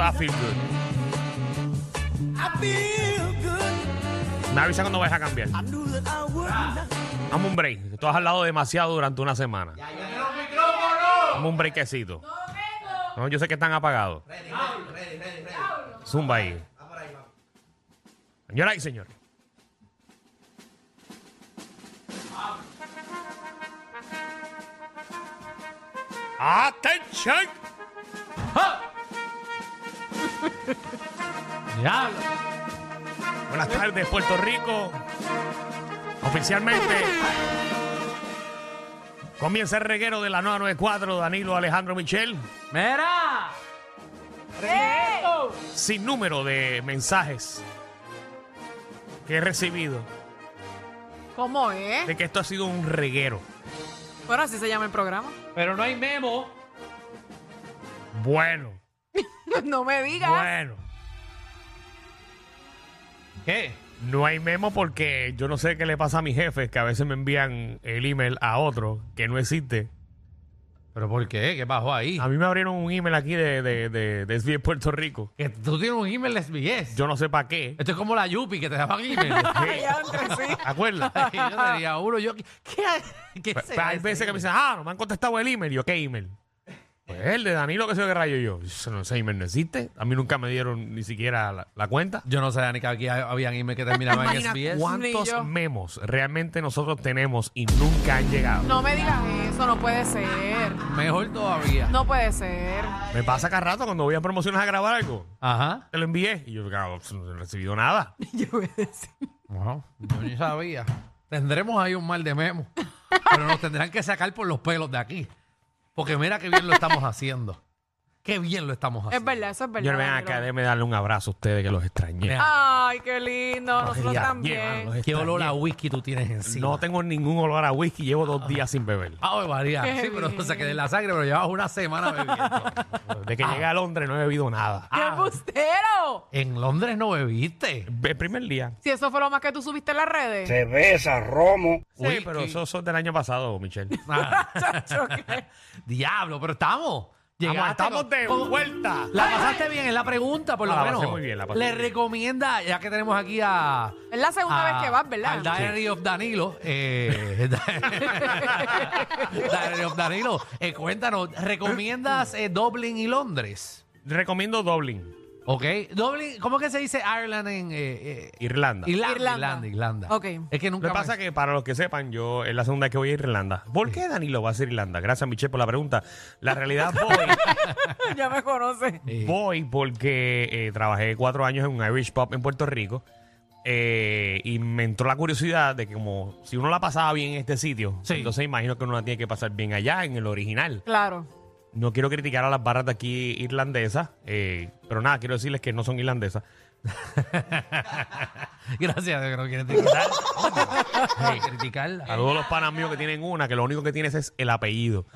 a Feel Good. Me avisa cuando vayas a cambiar. Dame un break. Tú has hablado demasiado durante una semana. Dame un breakecito. No, yo sé que están apagados. Zumba ahí. Señora y señor. ¡Atención! ¡Ja! Diablo. Buenas tardes, Puerto Rico. Oficialmente comienza el reguero de la 994, Danilo Alejandro Michel. ¡Mira! sin número de mensajes que he recibido ¿Cómo es? de que esto ha sido un reguero. Bueno, así se llama el programa. Pero no hay memo. Bueno, Pues no me digas. bueno. ¿Qué? No hay memo porque yo no sé qué le pasa a mis jefes que a veces me envían el email a otro que no existe. ¿Pero por qué? ¿Qué pasó ahí? Ah. A mí me abrieron un email aquí de, de, de, de SBS Puerto Rico. Que tú tienes un email de SBS. Yo no sé para qué. Esto es como la Yupi que te daban email. Sí. Ya entre sí. ¿Te acuerdas? Ay, yo tenía uno. Yo, ¿Qué, qué Pues, será pues hay ese veces que me email? dicen, ah, no me han contestado el email. Y yo, ¿qué email? Pues el de Danilo, que sé yo qué rayo. Y yo, "Ese no- ese email no existe. A mí nunca me dieron ni siquiera la, la cuenta. Yo no sabía ni que aquí habían email que terminaban en Imagina SBS. Ni yo. cuántos memos realmente nosotros tenemos y nunca han llegado. No me digas eso, no puede ser. Mejor todavía. No puede ser. Me pasa cada rato cuando voy a promociones a grabar algo. Ajá. Te lo envié. Y yo, claro, pues, no he recibido nada. Yo voy a decir. Wow, yo ni sabía. Tendremos ahí un mal de memo. Pero nos tendrán que sacar por los pelos de aquí. Porque mira qué bien lo estamos haciendo. Qué bien lo estamos haciendo. Es verdad, eso es verdad. Señor, ven acá, Danilo. déjeme darle un abrazo a ustedes que los extrañé. Mira, Ay, qué lindo. Ya, Nosotros llevan, los también. Qué extrañé. olor a whisky tú tienes encima. No tengo ningún olor a whisky. Llevo dos días sin beber. Ay, María. Qué Sí, pero bien. se quedó en la sangre, pero llevas una semana bebiendo. Desde que llegué a Londres no he bebido nada. Ah. ¡Qué bustero! en Londres no bebiste. El primer día. Si eso fue lo más que tú subiste en las redes. cerveza, romo. Sí, Whisky. pero eso, eso es del año pasado, Michelle. Ah, Chacho, ¿qué? diablo, pero estamos. Llegaste estamos con- de con- vuelta. La pasaste bien, es la pregunta, por lo Ah, la menos. pasé muy bien, la pasé Le muy bien. recomienda, ya que tenemos aquí a. Es la segunda a- vez que vas, Al ¿verdad? Diary of Danilo. eh, Diary of Danilo. eh, cuéntanos, ¿recomiendas eh, Dublín y Londres? Recomiendo Dublin, ¿Ok? Dublín, ¿Cómo que se dice Ireland en. eh, eh, Irlanda. Irlanda, Irlanda, Irlanda. Irlanda. Ok. Es que Lo que nunca pasa pasa es que, para los que sepan, yo es la segunda vez que voy a Irlanda. ¿Por qué Danilo va a ser Irlanda? Gracias, Michelle, por la pregunta. La realidad voy, ya me conoces. voy porque eh, trabajé cuatro años en un Irish pub en Puerto Rico eh, y me entró la curiosidad de que como si uno la pasaba bien en este sitio, Sí. entonces imagino que uno la tiene que pasar bien allá, en el original. Claro. No quiero criticar a las barras de aquí irlandesas, eh, pero nada, quiero decirles que no son irlandesas. Gracias, que no quieren criticar. Sí, eh, criticar. A todos los panas míos que tienen una, que lo único que tienes es el apellido.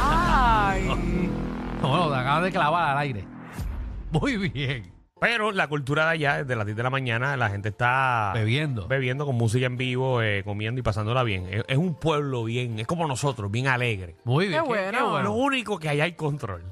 Ay. No, no, te acabas de clavar al aire. Muy bien. Pero la cultura de allá, desde las 10 de la mañana, la gente está Bebiendo. bebiendo con música en vivo, eh, comiendo y pasándola bien. Es, es un pueblo bien, es como nosotros, bien alegre. Muy bien. Qué bueno. Lo único que allá hay control.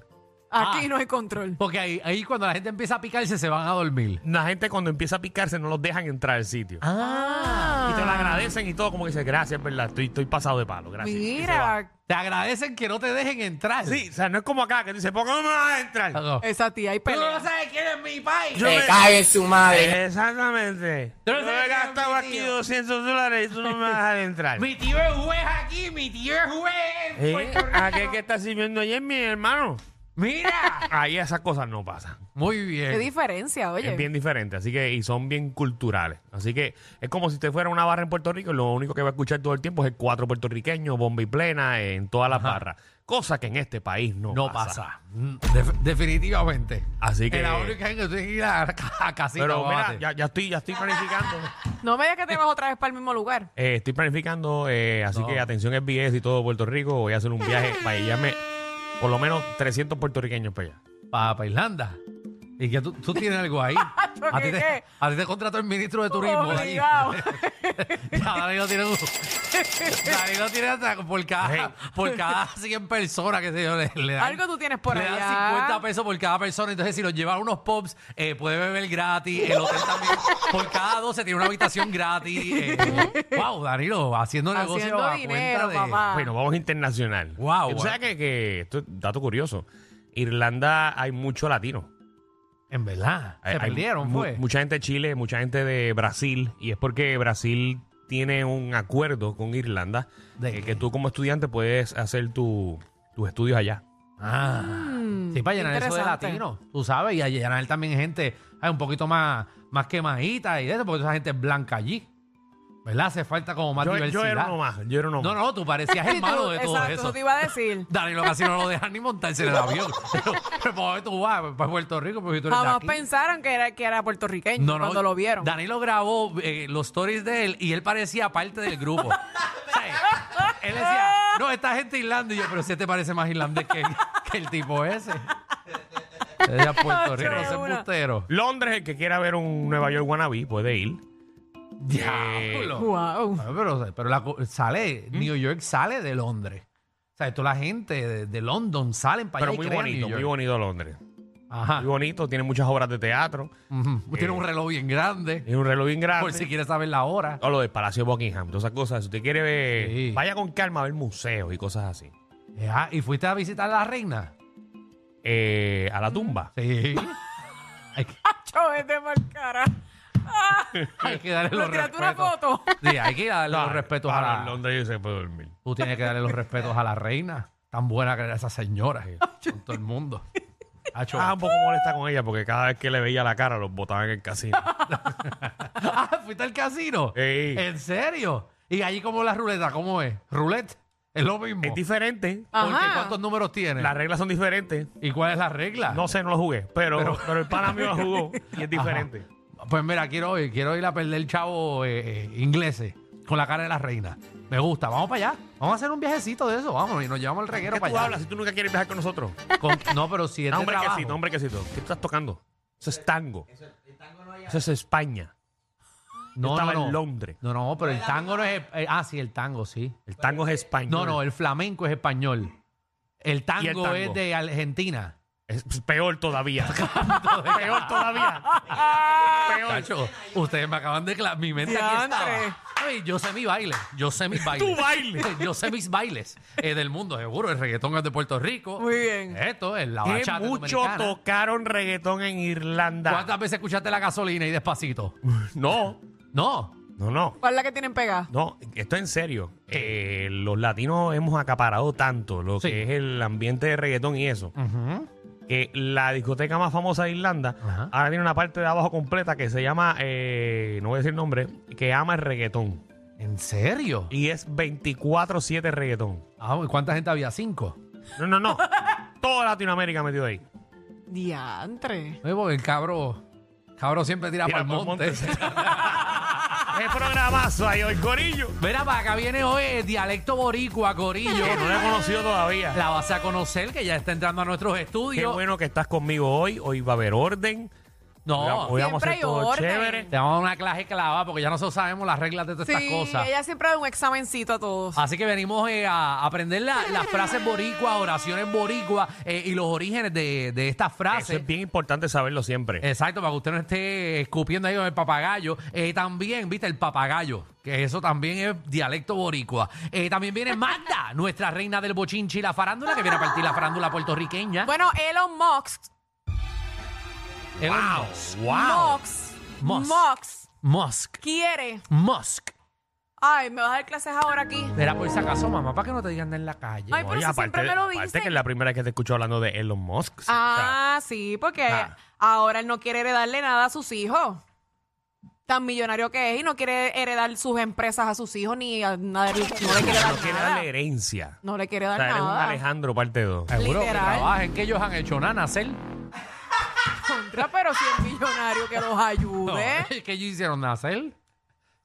Aquí Ah. no hay control. Porque ahí, ahí cuando la gente empieza a picarse se van a dormir. La gente cuando empieza a picarse no los dejan entrar al sitio. Ah. Y te lo agradecen y todo, como que dice, gracias, verdad, estoy, estoy pasado de palo, gracias. Y se va. Mira, Te agradecen que no te dejen entrar. Sí, o sea, no es como acá que dice, ¿por qué no me vas a entrar? No. esa tía hay Tú no Eh, pelea. sabes quién es mi pai. Yo me- cae en su madre. Exactamente. Tú Yo no sabes he que era gastado mi aquí tío. 200 dólares y tú no me vas a dejar entrar. Mi tío es juez aquí, mi tío es juez. en ¿Eh? Puerto Rico. Aquel que está sirviendo ayer, mi hermano. Mira. Ahí esas cosas no pasan. Muy bien. Qué diferencia, oye. Es bien diferente, así que, y son bien culturales. Así que es como si usted fuera a una barra en Puerto Rico y lo único que va a escuchar todo el tiempo es el cuatro puertorriqueño, bomba y plena, eh, en todas las barras. Cosa que en este país no, No pasa. Mm, def- definitivamente. Así que. En la única que tú tienes que ir a, a casita. Pero mira, babate. ya, ya estoy, ya estoy planificando. No me digas que te vas otra vez para el mismo lugar. Eh, estoy planificando, eh, así No. que atención SBS y todo Puerto Rico. Voy a hacer un viaje para llevarme por lo menos 300 puertorriqueños para allá. para, Irlanda. Y que tú, tú tienes algo ahí. Chacho, A ti, ¿qué, te, qué? a ti te contrató el ministro de turismo. ahí. Obligado. Ya, Danilo tiene un- Danilo tiene hasta por cada, por cada 100 personas que se yo le, le dan. Algo tú tienes por le allá. dan 50 pesos por cada persona. Entonces, si los lleva a unos pubs, eh, puede beber gratis. El hotel también. por cada 12 tiene una habitación gratis. eh. wow, Danilo, haciendo negocio Haciendo a dinero, cuenta de. papá. Bueno, vamos internacional. Eh, Guau, ¿Tú guau. sabes que, que esto es dato curioso? Irlanda hay mucho latino. Eh, En verdad. Se Hay- hay perdieron, mu- fue. Mucha gente de Chile, mucha gente de Brasil. Y es porque Brasil tiene un acuerdo con Irlanda ¿De eh, qué? que tú como estudiante puedes hacer tu- tus estudios allá. Ah. Sí, para llenar eso de Mm, interesante. latino, tú sabes, y a llenar también gente ay, un poquito más, más quemadita y de eso, porque esa gente es blanca allí. ¿Verdad? Hace falta como más Yo, yo diversidad. era uno más, yo era uno No, más. no, tú parecías Y el tú- malo de todo exacto, eso. te iba a decir. Danilo casi no lo dejan ni montarse en el avión. Pero, pero ¿por dónde tú vas? Para Puerto Rico, porque tú eres de Jamás aquí. pensaron que era, que era puertorriqueño cuando lo vieron. Danilo grabó eh, los stories de él y él parecía parte del grupo. O sea, él decía, no, esta gente irlandesa. Y yo, pero si te parece más irlandés que, que el tipo ese. Ella Puerto Rico, no Creo sé una. embustero. Londres, el que quiera ver un Nueva York wannabe puede ir. Diablo. Wow. Ah, Pero, pero la co- sale, New Mm. York sale de Londres. O sea, toda la gente de, de London salen para Pero allá y muy crean bonito, New muy York. Ah. bonito Londres. Ajá. Muy bonito, tiene muchas obras de teatro. Ujú. Tiene un reloj bien grande. Tiene un reloj bien grande. Por si quieres saber la hora. O lo del Palacio de Buckingham, todas esas cosas. Si usted quiere ver, Sí. vaya con calma a ver museos y cosas así. Ea, Eh, ah, ¿Y fuiste a visitar a la reina? Eh, a la tumba. Sí. hay, que, Chacho, vete mal cara. hay que darle los Le tiraste una respetos. foto. Sí, hay que darle los respetos a Ahora la en Londres yo se puede dormir. Tú tienes que darle los respetos a la reina. Tan buena que era esa señora. Con todo el mundo. Hacho. Estaba un poco molesta con ella porque cada vez que le veía la cara los botaban en el casino. Ah, ¿Fuiste al casino? Ey. ¿En serio? ¿Y allí como la ruleta? ¿Cómo es? ¿Roulette? Es lo mismo. es diferente. Porque Ajá. ¿Cuántos números tiene? Las reglas son diferentes. ¿Y cuál es la regla? No sé, no lo jugué, pero, pero, el pana mío lo jugó y es diferente. Pues mira, quiero ir, quiero ir a perder chavo eh, eh, ingleses con la cara de la reina. Me gusta, vamos para allá. Vamos a hacer un viajecito de eso, vamos, y nos llevamos el reguero ¿Qué para tú allá. hablas si tú nunca quieres viajar con nosotros? Con- no, pero si es No, de hombre, trabajo. quesito, hombre, quesito. ¿Qué tú estás tocando? Eso es tango. Eso es España. no, estaba no, no. en Londres. No, no, pero el tango no es... eh, ah, sí, el tango, sí. El tango es español. No, no, el flamenco es español. El tango, tango? es de Argentina. Es peor todavía. peor todavía. peor. Cacho, ustedes me acaban de... cla- Mi mente aquí Diantre. estaba. Ay, yo sé mi baile. Yo sé mis bailes. Tu baile. yo sé mis bailes eh, del mundo, seguro. El reggaetón es de Puerto Rico. Muy bien. Esto es la Que bachata mucho dominicana. tocaron reggaetón en Irlanda. ¿Cuántas veces escuchaste la gasolina y despacito? No, No. no, no. ¿Cuál es la que tienen pegada? No, esto es en serio. Eh, los latinos hemos acaparado tanto lo Sí. que es el ambiente de reggaetón y eso, que la discoteca más famosa de Irlanda Ajá. ahora tiene una parte de abajo completa que se llama, eh, no voy a decir el nombre, que ama el reggaetón. ¿En serio? Y es 24-7 reggaetón. Ah, ¿y ¿Cuánta gente había? Cinco. No, no, no. Toda Latinoamérica metido ahí. Diantre. Oye, porque el cabro, cabro siempre tira, Mira, para el pa'l monte. ¡Qué programazo ahí hoy, Corillo! Mira, para acá viene hoy el dialecto boricua, corillo. Que no lo he conocido todavía. La vas a conocer, que ya está entrando a nuestros Qué estudios. bueno que estás conmigo hoy. Hoy va a haber orden. Hoy vamos- No, hoy vamos a Siempre hacer hay todo orden. chévere. te vamos a dar una clase clavada porque ya nosotros sabemos las reglas de todas Sí, estas cosas. ella siempre da un examencito a todos. Así que venimos eh, a aprender la- las frases boricuas, oraciones boricuas eh, y los orígenes de, de estas Ah, frases. Eso es bien importante saberlo siempre. Eh, Exacto, para que usted no esté escupiendo ahí con el papagayo. Eh, también, viste, el papagayo, que eso también es dialecto boricua. Eh, también viene Magda, nuestra reina del bochinchi y la farándula, que viene a partir la farándula puertorriqueña. Bueno, Elon Musk. Elon ¡Wow! Musk. Musk. Musk Musk. Quiere. Musk. Ay, me vas a dar clases ahora aquí. Era por si acaso, mamá, para que no te digan en la calle. Ay, pues, pero si siempre me lo aparte dicen. que es la primera vez que te escucho hablando de Elon Musk. sí. Ah, sí, porque Ah. ahora él no quiere heredarle nada a sus hijos. Tan millonario que es y no quiere heredar sus empresas a sus hijos ni a nadie. No le quiere O sea, dar no quiere nada. darle herencia. No le quiere O dar sea, eres un nada. Alejandro parte 2. Seguro que literal. trabajen, que ellos han hecho nada, nacer. Contra, pero si es millonario que los ayude que ellos hicieron nacer.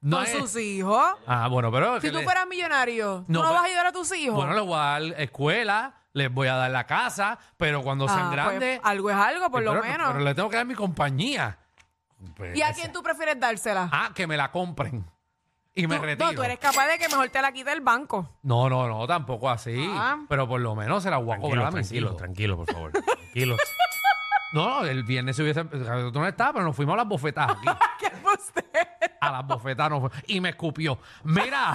No con es- sus hijos. Ah, bueno, pero. Si que tú le- fueras millonario, ¿tú No, no, pero- vas a ayudar a tus hijos. Bueno, les voy a dar escuela, les voy a dar la casa, pero cuando sean Ah, pues, grandes. algo es algo, por pero, lo menos. Pero le tengo que dar mi compañía. Pues, ¿Y a esa- quién tú prefieres dársela? Ah, que me la compren. Y me Tú- retiro. No, tú eres capaz de que mejor te la quite el banco. No, no, no, tampoco así. Ah. Pero por lo menos se la voy a Tranquilo, cobrar a mis tranquilo, hijos. tranquilo, por favor. Tranquilo. No, no, el viernes se hubiese. Tú no estabas, pero nos fuimos a las bofetadas aquí. ¿Qué usted? A las bofetadas nos fuimos. Y me escupió. Mira,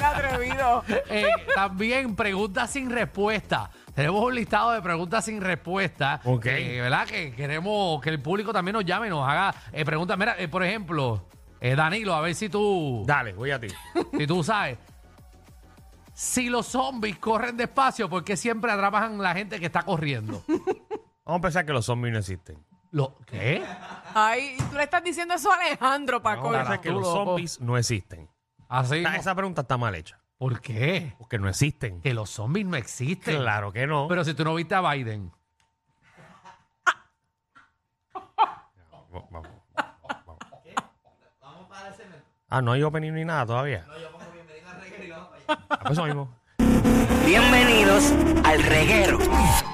atrevido. eh, también preguntas sin respuesta. Tenemos un listado de preguntas sin respuesta. Ok. Eh, ¿Verdad? Que queremos que el público también nos llame y nos haga eh, preguntas. Mira, eh, por ejemplo, eh, Danilo, a ver si tú. Dale, voy a ti. Si tú sabes. Si los zombies corren despacio, ¿por qué siempre atrapan a la gente que está corriendo? Vamos a pensar que los zombies no existen. Lo- ¿Qué? Ay, tú le estás diciendo eso a Alejandro, Paco. Vamos a pensar carajo, que tú los loco. zombies no existen. Así. Ah, Esa- no. Esa pregunta está mal hecha. ¿Por qué? Porque no existen. Que los zombies no existen. Claro que no. Pero si tú no viste a Biden. Vamos, vamos, vamos. Ah, no hay opening ni nada todavía. Ah, pues No, yo pongo bienvenido al reggae y vamos para allá. eso mismo. Bienvenidos al reguero.